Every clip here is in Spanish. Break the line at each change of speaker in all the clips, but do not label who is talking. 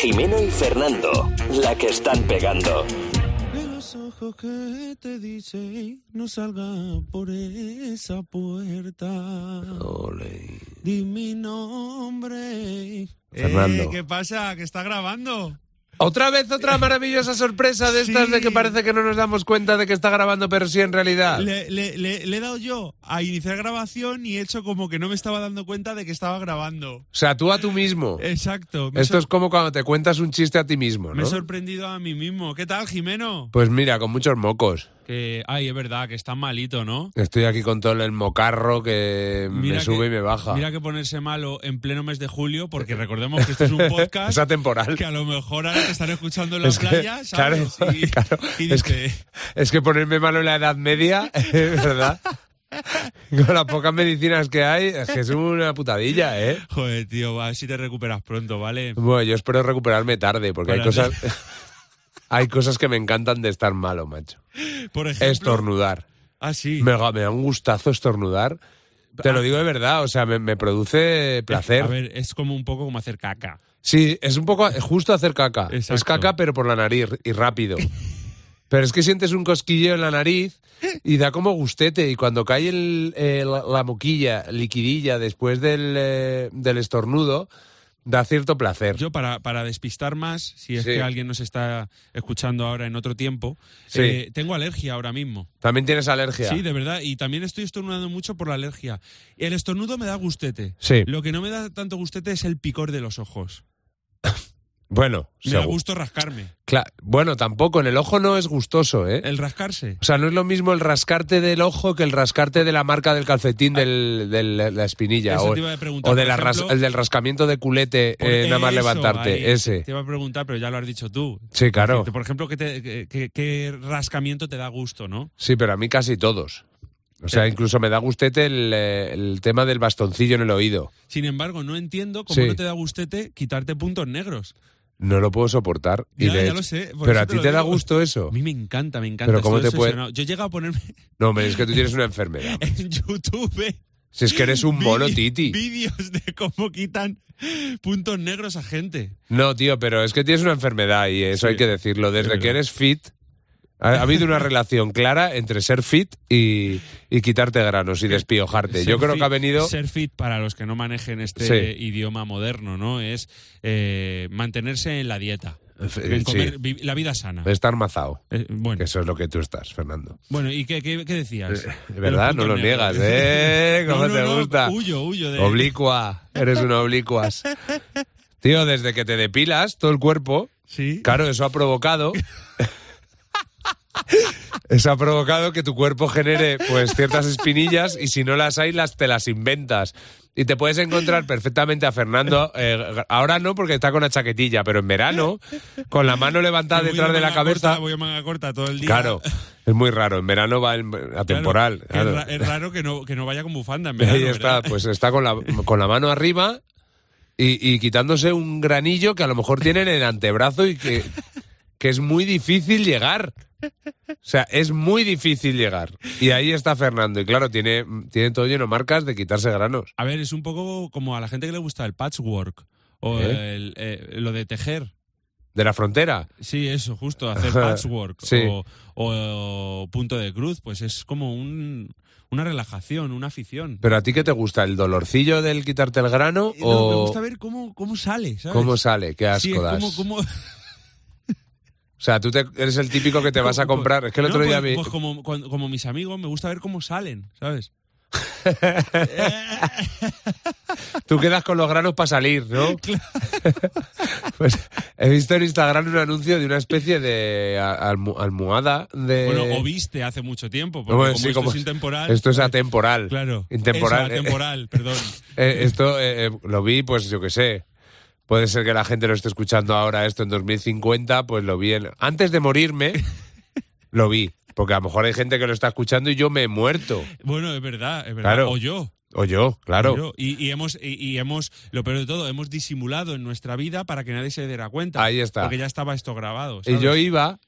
Jimeno y Fernando, la que están pegando.
De los ojos que te dicen no salga por esa puerta. Di mi nombre.
Fernando.
Eh, ¿Qué pasa? ¿Que está grabando?
Otra vez otra maravillosa sorpresa de estas
Sí.
de que parece que no nos damos cuenta de que está grabando, pero sí en realidad.
Le, le- le- le he dado yo a iniciar grabación y he hecho como que no me estaba dando cuenta de que estaba grabando.
O sea, tú a tú mismo.
Exacto. Eh, Me,
Esto
sor-
es como cuando te cuentas un chiste a ti mismo,
me
¿no?
he sorprendido a mí mismo. ¿Qué tal, Jimeno?
Pues mira, con muchos mocos.
Que, ay, es verdad, que está malito, ¿no?
Estoy aquí con todo el mocarro que me
Mira
sube
que-
y me baja.
Mira que ponerse malo en pleno mes de julio, porque recordemos que esto es un podcast.
Es atemporal.
Que a lo mejor ahora te están escuchando en la
Es que-
playa, ¿sabes?
claro,
y,
claro,
y
es que-
dice,
Es que ponerme malo en la Edad Media, es verdad. Con las pocas medicinas que hay, es que es una putadilla, ¿eh?
joder, tío, va, si te recuperas pronto, ¿vale?
Bueno, yo espero recuperarme tarde, porque hay
Para-
cosas, hay cosas que me encantan de estar malo, macho.
Por ejemplo...
Estornudar.
Ah, sí.
Me, me da un gustazo estornudar. Te lo digo de verdad, o sea, me, me produce
A
placer.
ver, es como un poco como hacer caca.
Sí, es un poco justo hacer caca. Es
Exacto.
caca, pero por la nariz y rápido. Pero es que sientes un cosquillo en la nariz y da como gustete. Y cuando cae el, eh, la, la moquilla, liquidilla, después del, eh, del estornudo, da cierto placer.
Yo, para, para despistar más, si es
Sí.
que alguien nos está escuchando ahora en otro tiempo,
Sí.
eh, tengo alergia ahora mismo.
También tienes alergia.
Sí, de verdad. Y también estoy estornudando mucho por la alergia. El estornudo me da gustete.
Sí.
Lo que no me da tanto gustete es el picor de los ojos.
Bueno,
Me da
segu-
gusto rascarme.
Cla- bueno, tampoco. En el ojo no es gustoso, ¿eh?
El rascarse.
O sea, no es lo mismo el rascarte del ojo que el rascarte de la marca del calcetín del, de la espinilla.
Ah. Eso
o
te iba a preguntar,
o de
por
la ras-
ejemplo.
el del rascamiento de culete,
Por-
eh, nada más
eso,
levantarte.
ahí.
Ese.
Te iba a preguntar, pero ya lo has dicho tú. Este,
Sí, claro.
Por ejemplo, ¿qué, te- qué- qué- qué rascamiento te da gusto, no?
Sí, pero a mí casi todos. O
Eh.
sea, incluso me da gustete el, eh, el tema del bastoncillo en el oído.
Sin embargo, no entiendo cómo
Sí.
no te da gustete quitarte puntos negros.
No lo puedo soportar. Y
Ya,
de
ya
hecho-
lo sé, por
Pero
eso
a
te
ti
lo
te da
digo.
gusto
A
eso.
mí me encanta, me encanta.
Pero ¿cómo
estoy
te puede-
obsesionado. Yo llego a ponerme
No, hombre, es que tú tienes una enfermedad.
en YouTube eh,
Si es que eres un mono
vídeo-
titi.
vídeos de cómo quitan puntos negros a gente.
No, tío, pero es que tienes una enfermedad y eso
Sí.
hay que decirlo.
Es
Desde
verdad.
que eres fit, ha, ha habido una relación clara entre ser fit y, y quitarte granos y despiojarte. Yo
Ser
creo
fit-
que ha venido.
Ser fit, para los que no manejen este
Sí.
eh, idioma moderno, ¿no? Es eh, mantenerse en la dieta.
Sí.
En comer- vi- la vida sana.
Estar mazado.
Eh,
Que
bueno.
eso es lo que tú estás, Fernando.
Bueno, ¿y qué, qué- qué decías?
Eh, De verdad,
los
no lo
puntos negros.
niegas, ¿eh? ¿Cómo
No, no,
te
no,
gusta?
Huyo, huyo de.
Oblicua. Eres una oblicuas. Tío, desde que te depilas todo el cuerpo,
Sí.
Claro, eso ha provocado. Eso ha provocado que tu cuerpo genere pues ciertas espinillas y si no las hay las te las inventas. Y te puedes encontrar perfectamente a Fernando, eh, ahora no porque está con la chaquetilla, pero en verano, con la mano levantada
Voy
detrás de la
manga corta,
cabeza.
voy a manga corta todo el día.
Claro, es muy raro, en verano va en-
Claro,
atemporal.
que
claro.
Es, ra- es raro que no, que no vaya con bufanda en verano,
Ahí está,
¿verdad?
pues está con la, con la mano arriba y, y quitándose un granillo que a lo mejor tiene en el antebrazo y que, que es muy difícil llegar. O sea, es muy difícil llegar. Y ahí está Fernando. Y claro, tiene, tiene todo lleno de marcas de quitarse granos.
A ver, es un poco como a la gente que le gusta el patchwork o
¿Eh?
el, eh, lo de tejer.
De la frontera.
Sí, eso, justo, hacer patchwork
Sí.
o, o punto de cruz, pues es como un- una relajación, una afición.
Pero a ti qué te gusta, el dolorcillo del quitarte el grano
Eh, no,
o
me gusta ver cómo, cómo sale, ¿sabes?
cómo sale, qué asco
Sí, es
das.
como, como-
O sea, tú te- eres el típico que te vas a
como-
comprar. Es que el
no,
otro día
pues-
vi.
pues como, cuando- como mis amigos, me gusta ver cómo salen, ¿sabes?
Tú quedas con los granos para salir, ¿no? pues he visto en Instagram un anuncio de una especie de a- almu- almohada de.
Bueno, o viste hace mucho tiempo, porque como
Bueno, Eh, pues, sí,
esto
como-
es intemporal... eh,
Esto es atemporal.
Claro.
Intemporal.
Eso, atemporal, perdón.
Eh, esto eh, eh, lo vi, pues yo qué sé. Puede ser que la gente lo esté escuchando ahora, esto en 2050, pues lo vi. en- Antes de morirme, lo vi. Porque a lo mejor hay gente que lo está escuchando y yo me he muerto.
Bueno, es verdad, es verdad.
Claro.
O yo.
O yo, claro.
o yo. Y, y hemos, y, y hemos, lo peor de todo, hemos disimulado en nuestra vida para que nadie se diera cuenta.
Ahí está.
Porque ya estaba esto grabado.
Y
¿sabes?
yo iba,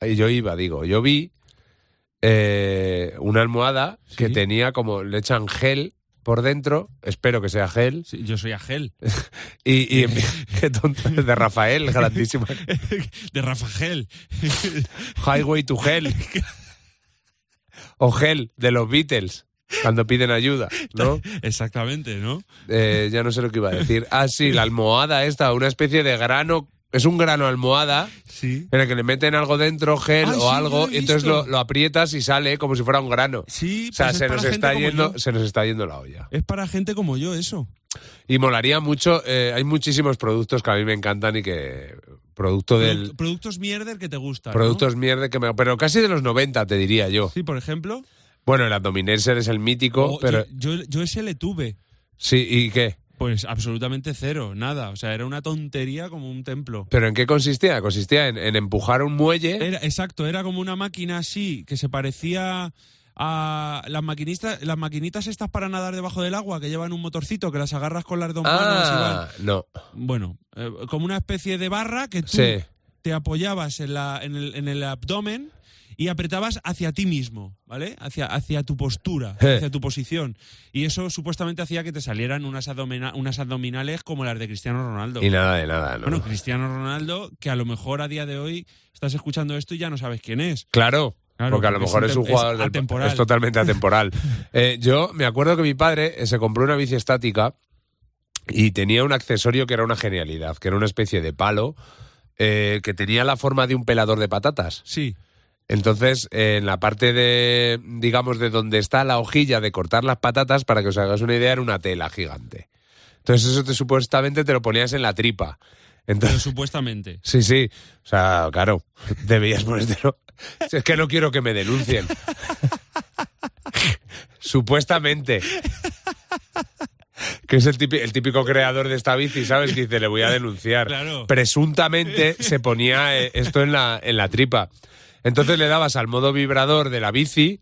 y yo iba, digo, yo vi eh, una almohada que
Sí.
tenía como, le echan gel por dentro, espero que sea gel,
Sí, yo soy Agel.
y, y empie- qué tonto, es de Rafael, grandísima.
De Rafa Gel.
Highway to Hell. O Hell, de los Beatles, cuando piden ayuda, ¿no?
Exactamente, ¿no?
Eh, ya no sé lo que iba a decir. Ah, sí, la almohada esta, una especie de grano, es un grano almohada
Sí.
en el que le meten algo dentro, gel
Ay, sí,
o
yo
algo,
lo he
y entonces
visto.
lo, lo aprietas y sale como si fuera un grano.
Sí,
O sea,
pues es
se
para
nos
gente
está
como
yendo,
yo.
se nos está yendo la olla.
Es para gente como yo eso.
Y molaría mucho, eh, hay muchísimos productos que a mí me encantan y que producto del
Product- productos mierder que te gustan. ¿no?
productos mierda que me, pero casi de los 90 te diría yo.
Sí, por ejemplo.
Bueno, el abdominenser es el mítico,
o-
pero
yo, yo- yo ese le tuve.
sí, ¿y qué?
Pues absolutamente cero, nada. O sea, era una tontería como un templo.
¿Pero en qué consistía? Consistía en, en empujar un muelle.
Era, exacto, era como una máquina así que se parecía a las maquinistas, las maquinitas estas para nadar debajo del agua que llevan un motorcito que las agarras con las dos manos y van.
ah, no.
Bueno, eh, como una especie de barra que tú
Sí.
te apoyabas en, la, en, el, en el abdomen y apretabas hacia ti mismo, ¿vale? Hacia, hacia tu postura,
Eh.
hacia tu posición. Y eso supuestamente hacía que te salieran unas, abdomina- unas abdominales como las de Cristiano Ronaldo.
Y nada de nada, ¿no?
Mm. Bueno, Cristiano Ronaldo, que a lo mejor a día de hoy estás escuchando esto y ya no sabes quién es.
Claro,
Claro,
porque a lo
porque es
mejor
un
es un
tem- es
jugador del-
atemporal.
es totalmente atemporal. Eh, yo me acuerdo que mi padre eh, se compró una bici estática y tenía un accesorio que era una genialidad, que era una especie de palo eh, que tenía la forma de un pelador de patatas.
Sí,
Entonces, eh, en la parte de, digamos, de donde está la hojilla de cortar las patatas, para que os hagáis una idea, era una tela gigante. Entonces eso te, supuestamente te lo ponías en la tripa.
pero
Entonces,
supuestamente.
Sí, sí. O sea, claro, debías ponértelo. Si Es que no quiero que me denuncien. Supuestamente. Que es el típi- el típico, creador de esta bici, ¿sabes? Que dice, le voy a denunciar.
Claro.
Presuntamente se ponía eh, esto en la, en la tripa. Entonces le dabas al modo vibrador de la bici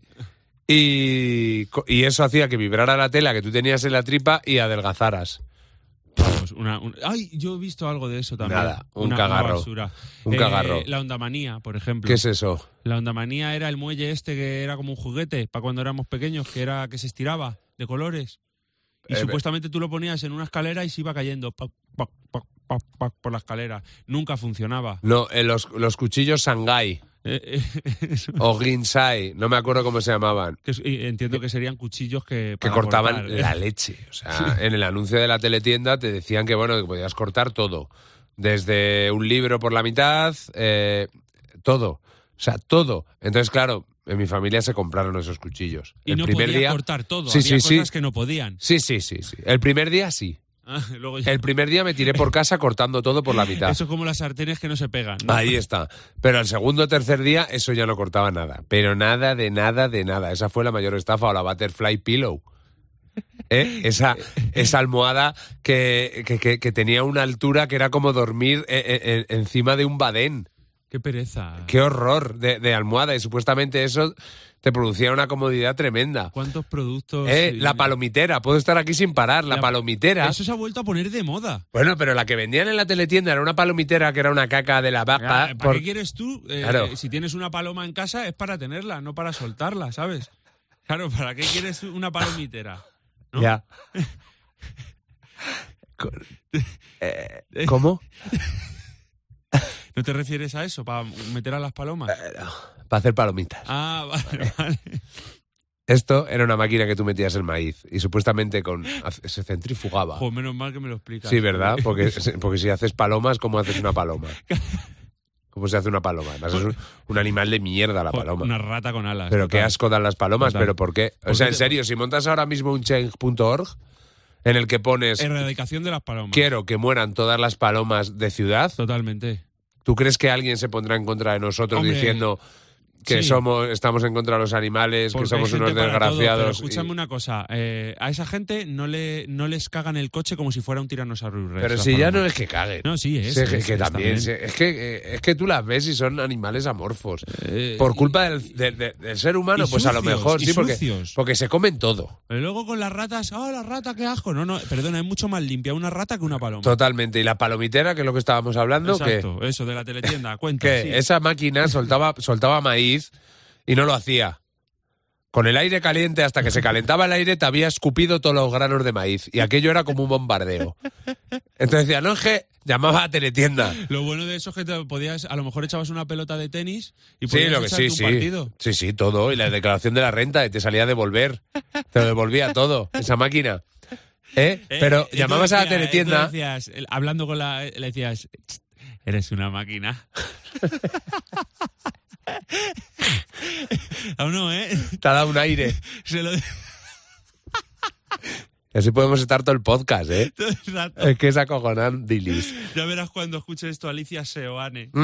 y, co- y eso hacía que vibrara la tela que tú tenías en la tripa y adelgazaras.
Vamos, Pues una- un- Ay, yo he visto algo de eso también.
Nada, un
Una- una
cagarro.
basura. Eh,
Un cagarro.
La ondamanía, por ejemplo.
¿Qué es eso?
La ondamanía era el muelle este que era como un juguete para cuando éramos pequeños, que era que se estiraba de colores. Y
Eh,
supuestamente tú lo ponías en una escalera y se iba cayendo pac, pac, pac, pac, pac, por la escalera. Nunca funcionaba.
No, eh, los, los cuchillos Shanghai.
Eh, eh, eso-
o Ginsai, no me acuerdo cómo se llamaban,
que es- y entiendo que serían cuchillos que...
que
para
cortaban
cortar. ¿eh?
la leche. O sea, en el anuncio de la teletienda te decían que bueno, que podías cortar todo. Desde un libro por la mitad, eh, todo. O sea, todo. Entonces, claro, en mi familia se compraron esos cuchillos.
Y
el
no
primer
podían
día.
cortar todo.
Sí,
Había
sí, sí.
cosas que no podían.
Sí, sí, sí, sí. El primer día sí.
Ah, luego ya-
El primer día me tiré por casa cortando todo por la mitad.
Eso es como las sartenes que no se pegan. ¿no?
Ahí está. Pero el segundo o tercer día, eso ya no cortaba nada. Pero nada, de nada, de nada. Esa fue la mayor estafa, o la Butterfly Pillow. ¿Eh? Esa, esa almohada que, que- que- que tenía una altura que era como dormir eh, eh, eh, encima de un badén.
Qué pereza.
Qué horror de, de almohada. Y supuestamente eso te producía una comodidad tremenda.
¿Cuántos productos...
¿Eh?
y-
La palomitera. Puedo estar aquí sin parar. La,
La-
palomitera.
Eso se ha vuelto a poner de moda.
Bueno, pero la que vendían en la teletienda era una palomitera que era una caca de la vaca.
¿Para
Ah, por-
qué quieres tú? Eh,
Claro.
Si tienes una paloma en casa es para tenerla, no para soltarla, ¿sabes? Claro, ¿para qué quieres una palomitera? ¿no?
Ya. Co- eh, ¿Cómo?
¿No te refieres a eso? ¿Para meter a las palomas?
Eh, Para hacer palomitas.
Ah, vale, vale.
Esto era una máquina que tú metías el maíz y supuestamente con se centrifugaba.
Jo, menos mal que me lo explicas.
Sí, ¿verdad? Porque, porque si haces palomas, ¿cómo haces una paloma? ¿Cómo se hace una paloma? Además, es un, un animal de mierda la
Jo, Una
paloma.
rata con alas.
Pero qué
total.
asco dan las palomas,
Total.
pero ¿por qué? O
¿Por
sea,
qué
en
te-
serio, si montas ahora mismo un change.org en el que pones
Erradicación de las palomas.
quiero que mueran todas las palomas de ciudad,
Totalmente.
¿Tú crees que alguien se pondrá en contra de nosotros
Hombre,
diciendo que
sí.
somos, estamos en contra de los animales,
Porque
que
hay
somos
gente
unos
para todo, pero
desgraciados? y-
escúchame una cosa. eh, a esa gente no, le, no les cagan el coche como si fuera un tiranosaurio rex.
Pero
las
si ya
palomas.
no es que caguen.
No, sí, es.
Sí, que,
es,
que
es
también, sí, es que eh, es que tú las ves y son animales amorfos. Por culpa del, del- del- del ser humano,
Eh, y
pues a lo
sucios,
mejor
y
sí, porque,
sucios.
porque se comen todo.
Pero luego con las ratas, ¡ah, la rata, qué asco! No, no, perdona, es mucho más limpia una rata que una paloma.
Totalmente. Y la palomitera, que es lo que estábamos hablando, que,
Exacto, eso de la teletienda, cuenta.
que
sí.
esa máquina soltaba, soltaba maíz y no lo hacía. Con el aire caliente, hasta que se calentaba el aire, te había escupido todos los granos de maíz. Y aquello era como un bombardeo. Entonces decía, no es que llamaba a teletienda.
Lo bueno de eso es que te podías, a lo mejor echabas una pelota de tenis y
Sí,
podías
lo que
echarte
sí,
un
sí.
partido.
Sí, sí, todo. Y la declaración de la renta, y te salía a devolver. Te lo devolvía todo, esa máquina. ¿Eh?
Eh,
Pero
y tú
llamabas a la
decías-
teletienda.
tú decías, el- hablando con la. Le decías, "Tss, eres una máquina. Aún no, ¿eh?
Te ha dado un aire.
Se lo.
Y así podemos estar todo el podcast, ¿eh?
todo el rato.
Es que es acojonante, Dilis.
Ya verás cuando escuches esto, Alicia Seoane.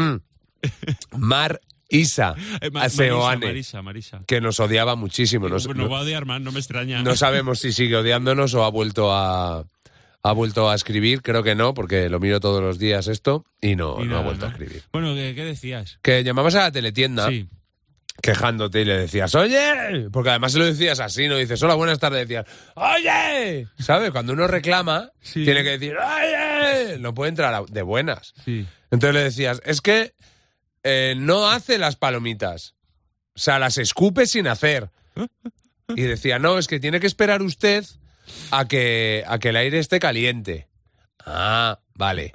Mm. Mar Isa,
Eh, Ma-
a Seoane,
Marisa, Marisa, Marisa.
que nos odiaba muchísimo. Nos-
Nos,
no,
va a odiar más, no me extraña.
no sabemos si sigue odiándonos o ha vuelto a ha vuelto a escribir. Creo que no, porque lo miro todos los días esto y no,
Y
no ha
nada,
vuelto a
¿no?
escribir.
Bueno, ¿qué, qué decías?
Que llamabas a la teletienda
Sí.
quejándote y le decías, oye, porque además se lo decías así, no dices, hola, buenas tardes, decías, oye, ¿sabes? Cuando uno reclama,
Sí.
tiene que decir, oye, no puede entrar a- de buenas.
Sí.
Entonces le decías, es que eh, no hace las palomitas. O sea, las escupe sin hacer. Y decía, no, es que tiene que esperar usted a que, a que el aire esté caliente. Ah, vale.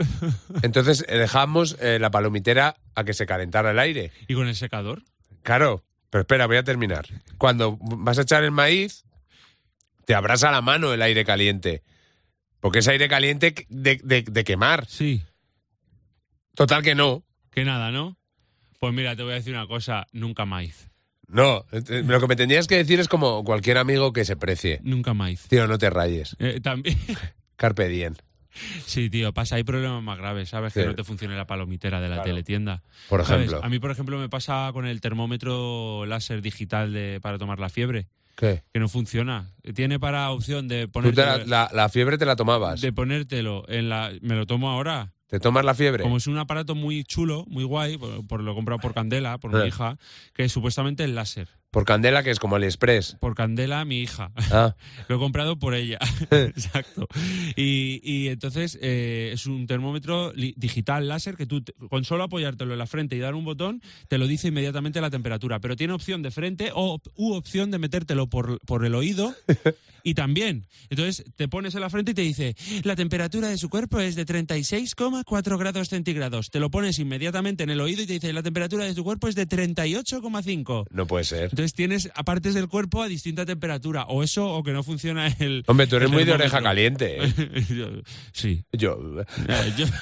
Entonces eh, dejamos eh, la palomitera a que se calentara el aire.
¿Y con el secador?
Claro, pero espera, voy a terminar. Cuando vas a echar el maíz, te abrasa la mano el aire caliente. Porque es aire caliente de- de- de quemar.
Sí.
Total que no.
Que nada, ¿no? Pues mira, te voy a decir una cosa, nunca maíz.
No, eh, lo que me tendrías que decir es como cualquier amigo que se precie.
Nunca maíz.
Tío, no te rayes.
Eh, también.
Carpe diem.
Sí, tío, pasa, hay problemas más graves, ¿sabes?
Sí.
Que no te funcione la palomitera de la
Claro.
teletienda.
Por
¿Sabes?
ejemplo.
A mí, por ejemplo, me pasa con el termómetro láser digital de, para tomar la fiebre,
¿Qué?
que no funciona. Tiene para opción de
Tú te
ponértelo,
la, la- la fiebre te la tomabas.
de ponértelo en la... Me lo tomo ahora.
¿Te tomas la fiebre?
Como es un aparato muy chulo, muy guay, por, por lo he comprado por Candela, por
Eh.
mi hija, que supuestamente es láser.
Por candela, que es como el express.
Por Candela, mi hija.
Ah,
Lo he comprado por ella. Exacto. Y, y entonces eh, es un termómetro li- digital láser que tú, te- con solo apoyártelo en la frente y dar un botón, te lo dice inmediatamente la temperatura. Pero tiene opción de frente o op- u opción de metértelo por, por el oído y también. Entonces te pones en la frente y te dice: La temperatura de su cuerpo es de 36,4 grados centígrados. Te lo pones inmediatamente en el oído y te dice: La temperatura de su cuerpo es de 38,5.
no puede ser.
Entonces tienes a partes del cuerpo a distinta temperatura, o eso, o que no funciona el.
Hombre, tú eres
el
muy de
termómetro.
oreja caliente. ¿eh?
Yo- sí.
Yo,
Eh, yo-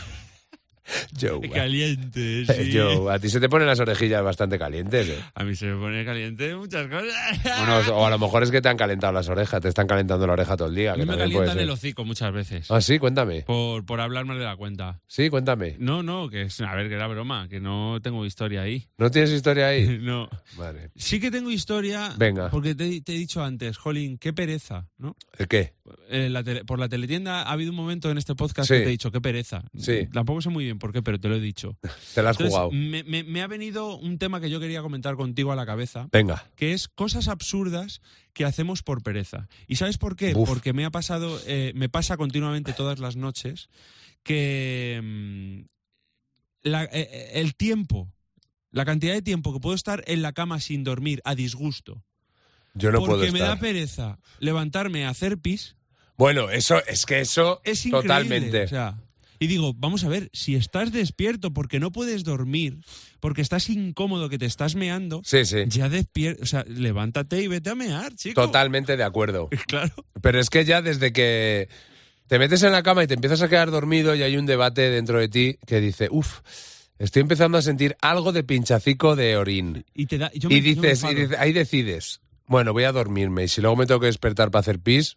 yo,
caliente,
eh,
sí.
yo, a ti se te ponen las orejillas bastante calientes. ¿eh?
A mí se me pone caliente muchas cosas.
Bueno, o a lo mejor es que te han calentado las orejas, te están calentando la oreja todo el día.
a
Que
mí me
también puede
calientan el
ser.
hocico muchas veces.
Ah, sí, cuéntame.
Por, por hablar mal de la cuenta.
Sí, cuéntame.
No, no, que es. A ver, que era broma, que no tengo historia ahí.
¿No tienes historia ahí?
No.
Vale.
Sí que tengo historia.
Venga.
Porque te, te he dicho antes, Jolín, qué pereza, ¿no?
¿El qué?
Eh, la tele- por la teletienda ha habido un momento en este podcast
Sí.
que te he dicho, qué pereza.
Sí.
Tampoco sé muy bien por qué, pero te lo he dicho.
Te la has
Entonces,
jugado.
me, me- me ha venido un tema que yo quería comentar contigo a la cabeza,
Venga.
que es cosas absurdas que hacemos por pereza. ¿Y sabes por qué?
Buf.
Porque me ha pasado, eh, me pasa continuamente todas las noches que mm, la- eh, eh, el tiempo, la cantidad de tiempo que puedo estar en la cama sin dormir a disgusto,
Yo no puedo
porque me
estar.
da pereza levantarme a hacer pis.
Bueno, eso es que eso
es increíble.
totalmente.
o sea, y digo, vamos a ver, si estás despierto porque no puedes dormir, porque estás incómodo que te estás meando,
sí, sí.
ya despierta, o sea, levántate y vete a mear, chico.
Totalmente de acuerdo.
Claro.
Pero es que ya desde que te metes en la cama y te empiezas a quedar dormido y hay un debate dentro de ti que dice, uff, estoy empezando a sentir algo de pinchacico de orín.
Y te da yo me-
Y
yo me
dices, y
enfado.
dices- ahí decides, bueno, voy a dormirme y si luego me tengo que despertar para hacer pis,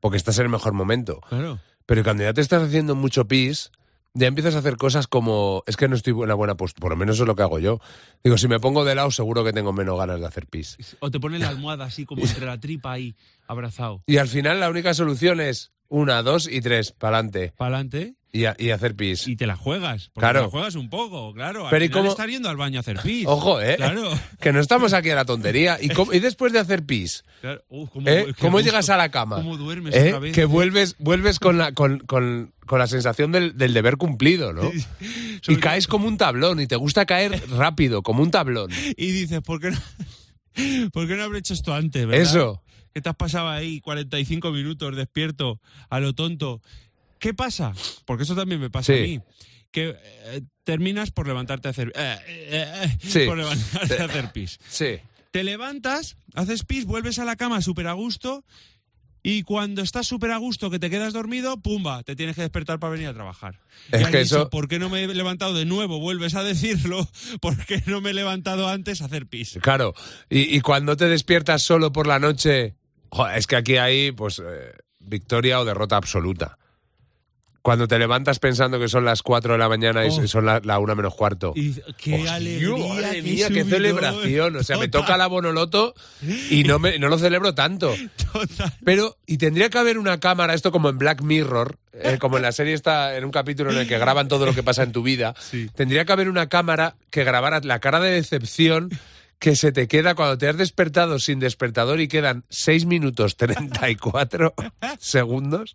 porque estás en el mejor momento.
Claro.
Pero cuando ya te estás haciendo mucho pis, ya empiezas a hacer cosas como, es que no estoy en una buena postura, por lo menos eso es lo que hago yo. Digo, si me pongo de lado seguro que tengo menos ganas de hacer pis.
O te pones la almohada así como entre la tripa ahí, abrazado.
Y al final la única solución es una, dos y tres, para adelante
Para adelante
y, a- y hacer pis.
y te la juegas. Porque
Claro.
Te la juegas un poco, claro. Al
Pero ¿y
final
cómo-
estar yendo al baño a hacer pis.
Ojo, ¿eh?
Claro.
Que no estamos aquí a la tontería. ¿Y, cómo- y después de hacer pis?
claro. Uf, cómo,
¿eh?
qué
¿Cómo
gusto.
llegas a la cama?
¿Cómo duermes
¿Eh?
otra vez?
Que vuelves, vuelves con, la, con, con- con la sensación del, del deber cumplido, ¿no? Y
Sobre-
caes como un tablón y te gusta caer rápido, como un tablón.
y dices, ¿por qué no? ¿Por qué no habré hecho esto antes, verdad?
Eso.
Que te has pasado ahí 45 minutos despierto a lo tonto. ¿Qué pasa? Porque eso también me pasa
Sí.
a mí. Que eh, terminas por levantarte a hacer... eh, eh, eh,
Sí.
Por levantarte a hacer pis.
Sí.
Te levantas, haces pis, vuelves a la cama súper a gusto y cuando estás súper a gusto que te quedas dormido, pumba, te tienes que despertar para venir a trabajar. Y
Es
has
que
dicho,
eso-
¿Por qué no me he levantado de nuevo? Vuelves a decirlo. ¿Por qué no me he levantado antes a hacer pis?
Claro. Y, y cuando te despiertas solo por la noche, jo, es que aquí hay, pues, eh, victoria o derrota absoluta. Cuando te levantas pensando que son las 4 de la mañana y
Oh.
son la, la 1 menos cuarto.
Y qué
Hostia,
alegría,
madre
qué
mía, qué
subidón.
celebración. O sea, me toca la bonoloto y no, me, no lo celebro tanto.
Total.
Pero, y tendría que haber una cámara, esto como en Black Mirror, eh, como en la serie está en un capítulo en el que graban todo lo que pasa en tu vida,
Sí.
tendría que haber una cámara que grabara la cara de decepción que se te queda cuando te has despertado sin despertador y quedan 6 minutos 34 segundos.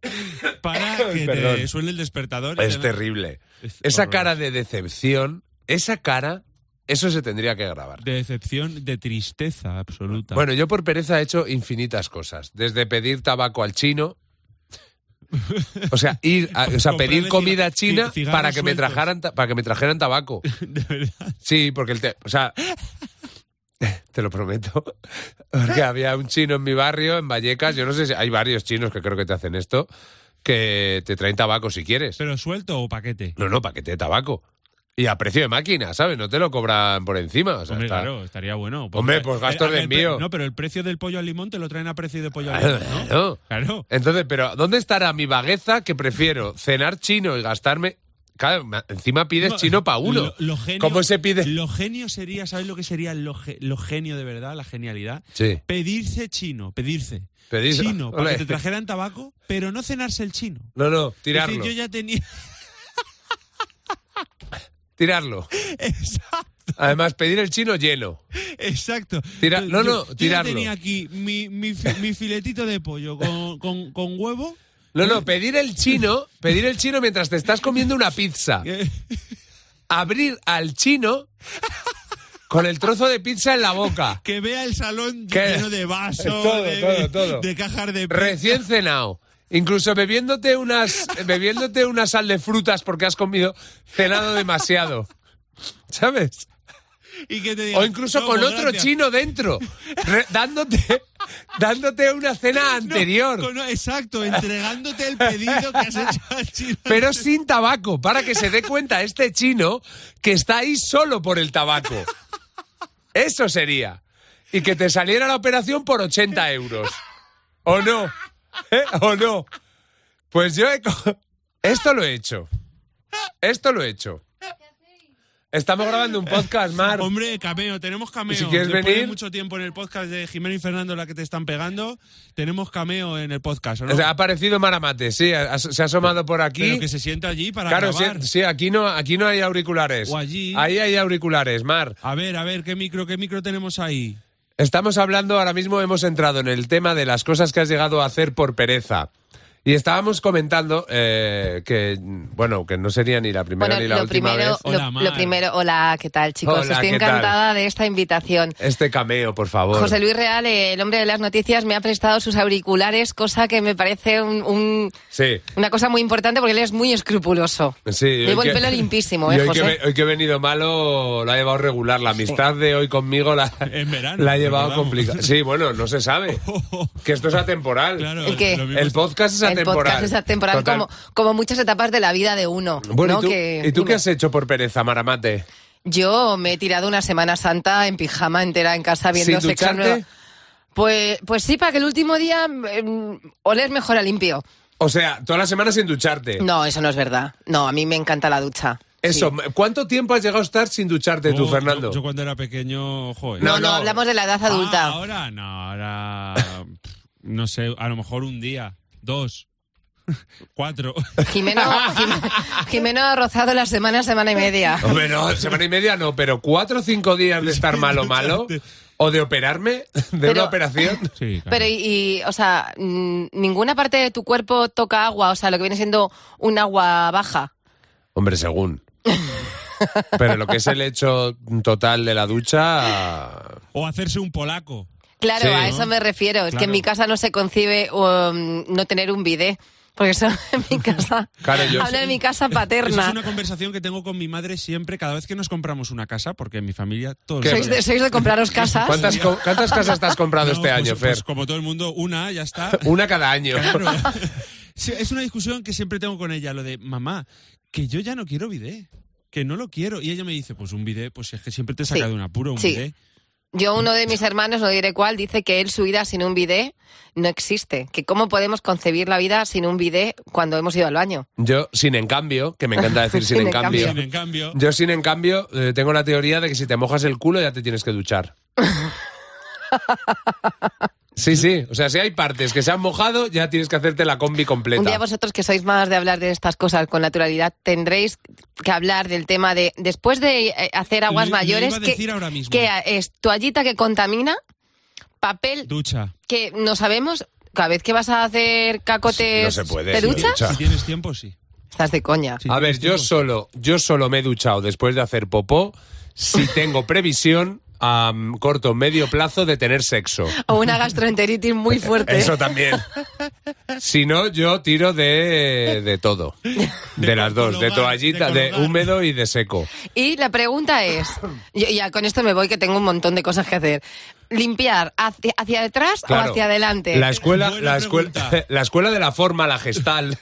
Para que
Perdón.
te suene el despertador.
Es terrible.
Es
Esa
horroroso.
cara de decepción, esa cara, eso se tendría que grabar.
De decepción, de tristeza absoluta.
Bueno, yo por pereza he hecho infinitas cosas. Desde pedir tabaco al chino. O sea, ir a- o sea,
Comprarle
pedir
ciga-
comida
ci-
china
cigarros
para que me
sueltos.
trajeran ta- para que me trajeran tabaco.
de verdad.
Sí, porque el te, o sea, te lo prometo. Porque había un chino en mi barrio, en Vallecas, yo no sé si hay varios chinos que creo que te hacen esto, que te traen tabaco si quieres.
¿Pero suelto o paquete?
No, no, paquete de tabaco. Y a precio de máquina, ¿sabes? No te lo cobran por encima. O sea,
Hombre,
está-
claro, estaría bueno. eh,
Hombre, pues
a
gastos de
ver,
envío.
pero- No, pero el precio del pollo al limón te lo traen a precio de pollo al
Claro,
limón, ¿no?
claro.
Claro.
Entonces, pero ¿dónde estará mi vagueza que prefiero cenar chino y gastarme? Claro, ma- encima pides
No,
chino para uno.
Lo, lo genio,
¿Cómo se pide?
Lo genio sería, ¿sabes lo que sería lo, ge- lo genio de verdad, la genialidad?
Sí.
Pedirse chino, pedirse.
Pedirse.
Chino, para
Ole.
que te trajeran tabaco, pero no cenarse el chino.
No, no,
Es
tirarlo.
decir, yo ya tenía...
Tirarlo.
Exacto,
Además, pedir el chino lleno.
exacto.
Tira-
Yo-
no,
yo-
no,
yo ya
tirarlo.
tenía aquí mi, mi fi- mi filetito de pollo con, con- con huevo.
No, no, pedir el chino, pedir el chino mientras te estás comiendo una pizza.
eh,
Abrir al chino con el trozo de pizza en la boca.
Que vea el salón
¿Qué?
lleno de vasos,
Todo,
de,
todo, todo.
de cajas de pizza.
Recién cenado. Incluso bebiéndote unas bebiéndote una sal de frutas porque has comido cenado demasiado. ¿Sabes?
y que te digan,
O incluso
"No,
con
pues
otro
gracias".
chino dentro, re- dándote, dándote una cena
No,
anterior,
con- exacto, entregándote el pedido que has hecho al chino.
pero sin tabaco, para que se dé cuenta este chino que está ahí solo por el tabaco. Eso sería. Y que te saliera la operación por 80 euros. ¿O no? ¿Eh? ¿O no? Pues yo he... co- Esto lo he hecho. Esto lo he hecho. Estamos grabando un podcast, Mar.
Hombre, cameo, tenemos cameo.
¿Y si quieres
Después
venir?
de mucho tiempo en el podcast de Jimena y Fernando, la que te están pegando, tenemos cameo en el podcast, ¿o no?
O sea, ha aparecido Maramate, sí, ha- ha- se ha asomado por aquí.
Pero que se sienta allí para
Claro, sí,
grabar.
sí, aquí no, aquí no hay auriculares.
O allí.
Ahí hay auriculares, Mar.
A ver, a ver, ¿qué micro, qué micro tenemos ahí?
Estamos hablando, ahora mismo hemos entrado en el tema de las cosas que has llegado a hacer por pereza. Y estábamos comentando eh, que, bueno, que no sería ni la primera
Bueno,
ni la
lo
última
primero,
vez
lo,
Hola, Mar.
lo primero, hola, ¿qué tal chicos?
Hola,
Estoy
¿qué tal?
encantada de esta invitación.
este cameo, por favor.
José Luis Real, eh, el hombre de las noticias, me ha prestado sus auriculares, cosa que me parece un- un-
Sí.
una cosa muy importante porque él es muy escrupuloso.
Sí, hoy
Llevo el
que-
pelo limpísimo,
y
¿eh,
hoy,
José?
Que, ve- hoy que he venido malo, lo ha llevado regular. La amistad de hoy conmigo la,
En verano,
la ha llevado
recordamos. Oh.
complicada. Sí, bueno, no se sabe. Que esto es atemporal.
Claro,
¿El qué?
lo mismo
El podcast es
El
atemporal.
podcast es atemporal
Total.
como, como muchas etapas de la vida de uno.
Bueno,
¿no?
¿y tú,
Que-
¿y tú qué
dime.
has hecho por pereza, Maramate?
Yo me he tirado una Semana Santa en pijama entera en casa viendo
¿Sin
sexo
ducharte?
nueva. Pues, pues sí, para que el último día eh, oler mejor a limpio.
O sea, toda la semana sin ducharte.
No, eso no es verdad. No, a mí me encanta la ducha.
Eso, ¿cuánto tiempo has llegado a estar sin ducharte tú,
Oh,
Fernando?
Yo, yo cuando era pequeño, joder.
No,
No,
no,
no.
hablamos de la edad adulta.
Ah, ahora no, ahora pf, no sé, a lo mejor un día, dos, cuatro.
Jimeno, Jime- Jimeno ha rozado la semana, semana y media.
Hombre, no, semana y media no, pero cuatro o cinco días de estar malo, malo, o de operarme, de una
Pero-
operación.
Sí, claro.
Pero, y, y, o sea, mm, ninguna parte de tu cuerpo toca agua, o sea, lo que viene siendo un agua baja.
Hombre, según. Pero lo que es el hecho total de la ducha.
O hacerse un polaco.
Claro,
Sí,
a
¿no?
eso me refiero. Es que en
Claro.
mi casa no se concibe um, no tener un bidé. Porque eso en mi casa.
Claro, yo-
habla de mi casa
Esa
paterna.
es una conversación que tengo con mi madre siempre, cada vez que nos compramos una casa, porque en mi familia todos
¿Qué?
¿Sois, de, sois de compraros casas?
¿Cuántas, co- cuántas casas te has comprado
No,
este
pues-
año,
pues
Fer?
como todo el mundo, una, ya está.
Una cada año.
Claro. Sí, es una discusión que siempre tengo con ella, lo de mamá, que yo ya no quiero bidé, que no lo quiero. Y ella me dice, pues un bidé, pues es que siempre te saca
Sí.
de un apuro un
Sí.
bidé.
Yo, uno de mis hermanos, no diré cuál, dice que él su vida sin un bidé no existe. Que cómo podemos concebir la vida sin un bidé cuando hemos ido al baño.
Yo, sin en cambio, que me encanta decir sin, en cambio.
Sin en cambio,
Yo, sin en cambio, eh, tengo la teoría de que si te mojas el culo ya te tienes que duchar. Sí, sí. O sea, si hay partes que se han mojado, ya tienes que hacerte la combi completa.
Un día pues, vosotros que sois más de hablar de estas cosas con naturalidad, tendréis que hablar del tema de, después de eh, hacer aguas
Le- le
mayores,
iba a
que,
decir ahora mismo.
que, ah, es toallita que contamina, papel
ducha.
que no sabemos, cada vez que vas a hacer cacotes,
No se puede,
¿te
sin
duchas?
ducha.
Si tienes tiempo, sí.
Estás de coña.
Sí.
A ver, yo solo, yo solo me he duchado después de hacer popó si tengo previsión a mm, corto o medio plazo de tener sexo.
O una gastroenteritis muy fuerte.
Eso también. Si no, yo tiro de, de todo. De las dos, de
colocar,
toallita,
de
de
colocar.
húmedo y de seco.
Y la pregunta es, yo ya con esto me voy que tengo un montón de cosas que hacer. ¿Limpiar hacia, hacia detrás
Claro.
o hacia adelante?
La escuela,
Buena
la escuela,
pregunta.
la escuela de la forma, la gestal,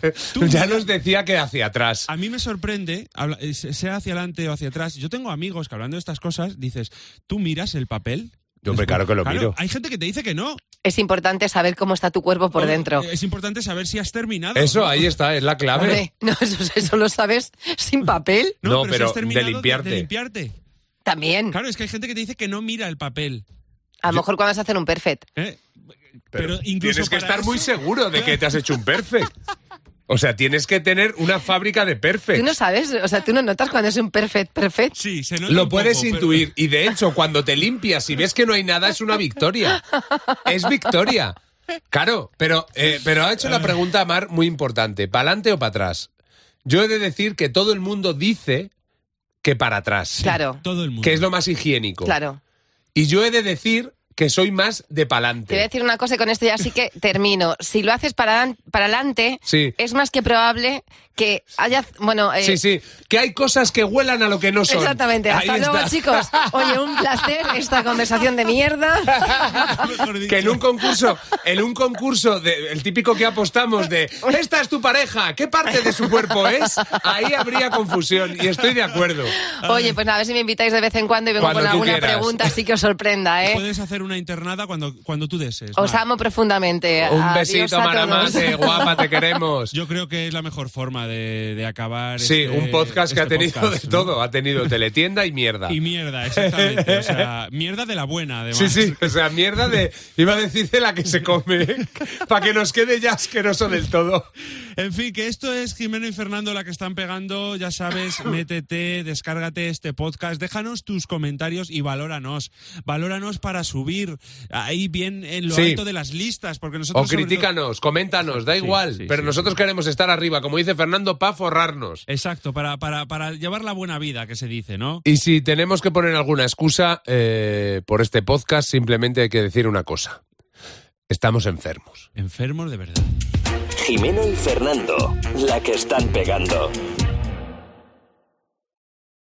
ya nos decía que hacia atrás.
A mí me sorprende, habla- eh, se- sea hacia adelante o hacia atrás. Yo tengo amigos que hablando de estas cosas, dices, ¿tú miras el papel?
Yo, hombre, claro que lo miro.
Hay gente que te dice que no.
Es importante saber cómo está tu cuerpo por dentro.
eh,
Es importante saber si has terminado.
Eso
¿no?
ahí está, es la clave.
Hombre, no, eso, eso lo sabes sin papel
No,
si
pero
has
de
terminado
limpiarte.
de limpiarte.
también.
Claro, es que hay gente que te dice que no mira el papel.
A lo mejor cuando vas a hacer un perfect.
¿eh? Pero, incluso
tienes que
para
estar
eso-
muy seguro de que te has hecho un perfect. O sea, tienes que tener una fábrica de perfect.
Tú no sabes, o sea, tú no notas cuando es un perfect, perfect.
Sí, se nota
Lo
un
puedes
poco, pero-
intuir y de hecho cuando te limpias y ves que no hay nada es una victoria. Es victoria. Claro, pero, eh, pero ha hecho la pregunta Mar muy importante, ¿para adelante o para atrás? Yo he de decir que todo el mundo dice que para atrás,
Claro,
Todo el mundo.
que es lo más higiénico.
claro.
Y yo he de decir que soy más de para
Te voy a
adelante.
decir una cosa y con esto ya sí que termino. Si lo haces para, adan- para adelante,
Sí.
es más que probable que haya, bueno, eh,
Sí, sí, que hay cosas que huelan a lo que no son.
Exactamente.
Ahí
Hasta luego,
está.
chicos. Oye, un placer esta conversación de mierda.
Mejor dicho.
que en un concurso, en un concurso, de- el típico que apostamos de esta es tu pareja, ¿qué parte de su cuerpo es? Ahí habría confusión y estoy de acuerdo.
Oye, pues nada, a ver si me invitáis de vez en cuando y vengo
Cuando
con
tú
alguna
quieras. Pues
pregunta así que os sorprenda, ¿eh?
Puedes hacer una internada cuando, cuando tú desees.
Os
Mar.
amo profundamente.
Un
Adiós
besito,
a
Maramate,
todos.
guapa, te queremos.
Yo creo que es la mejor forma de, de acabar.
Sí,
este-
un podcast que
este
ha tenido
podcast,
de
¿no?
todo. Ha tenido teletienda y mierda.
Y mierda, exactamente. O sea, mierda de la buena, además.
Sí, sí, o sea, mierda de... Iba a decir de la que se come, para que nos quede ya asqueroso del todo.
En fin, que esto es Jimeno y Fernando la que están pegando. Ya sabes, métete, descárgate este podcast, déjanos tus comentarios y valóranos. Valóranos para subir ahí bien en lo
Sí.
alto de las listas, porque nosotros.
O
sobre todo-
critícanos, coméntanos, da
Sí,
igual.
sí,
pero
sí,
nosotros queremos estar arriba, como dice Fernando, para forrarnos.
Exacto, para, para, para llevar la buena vida que se dice, ¿no?
Y si tenemos que poner alguna excusa eh, por este podcast, simplemente hay que decir una cosa. Estamos enfermos.
Enfermos de verdad.
Jimeno y Fernando, la que están pegando.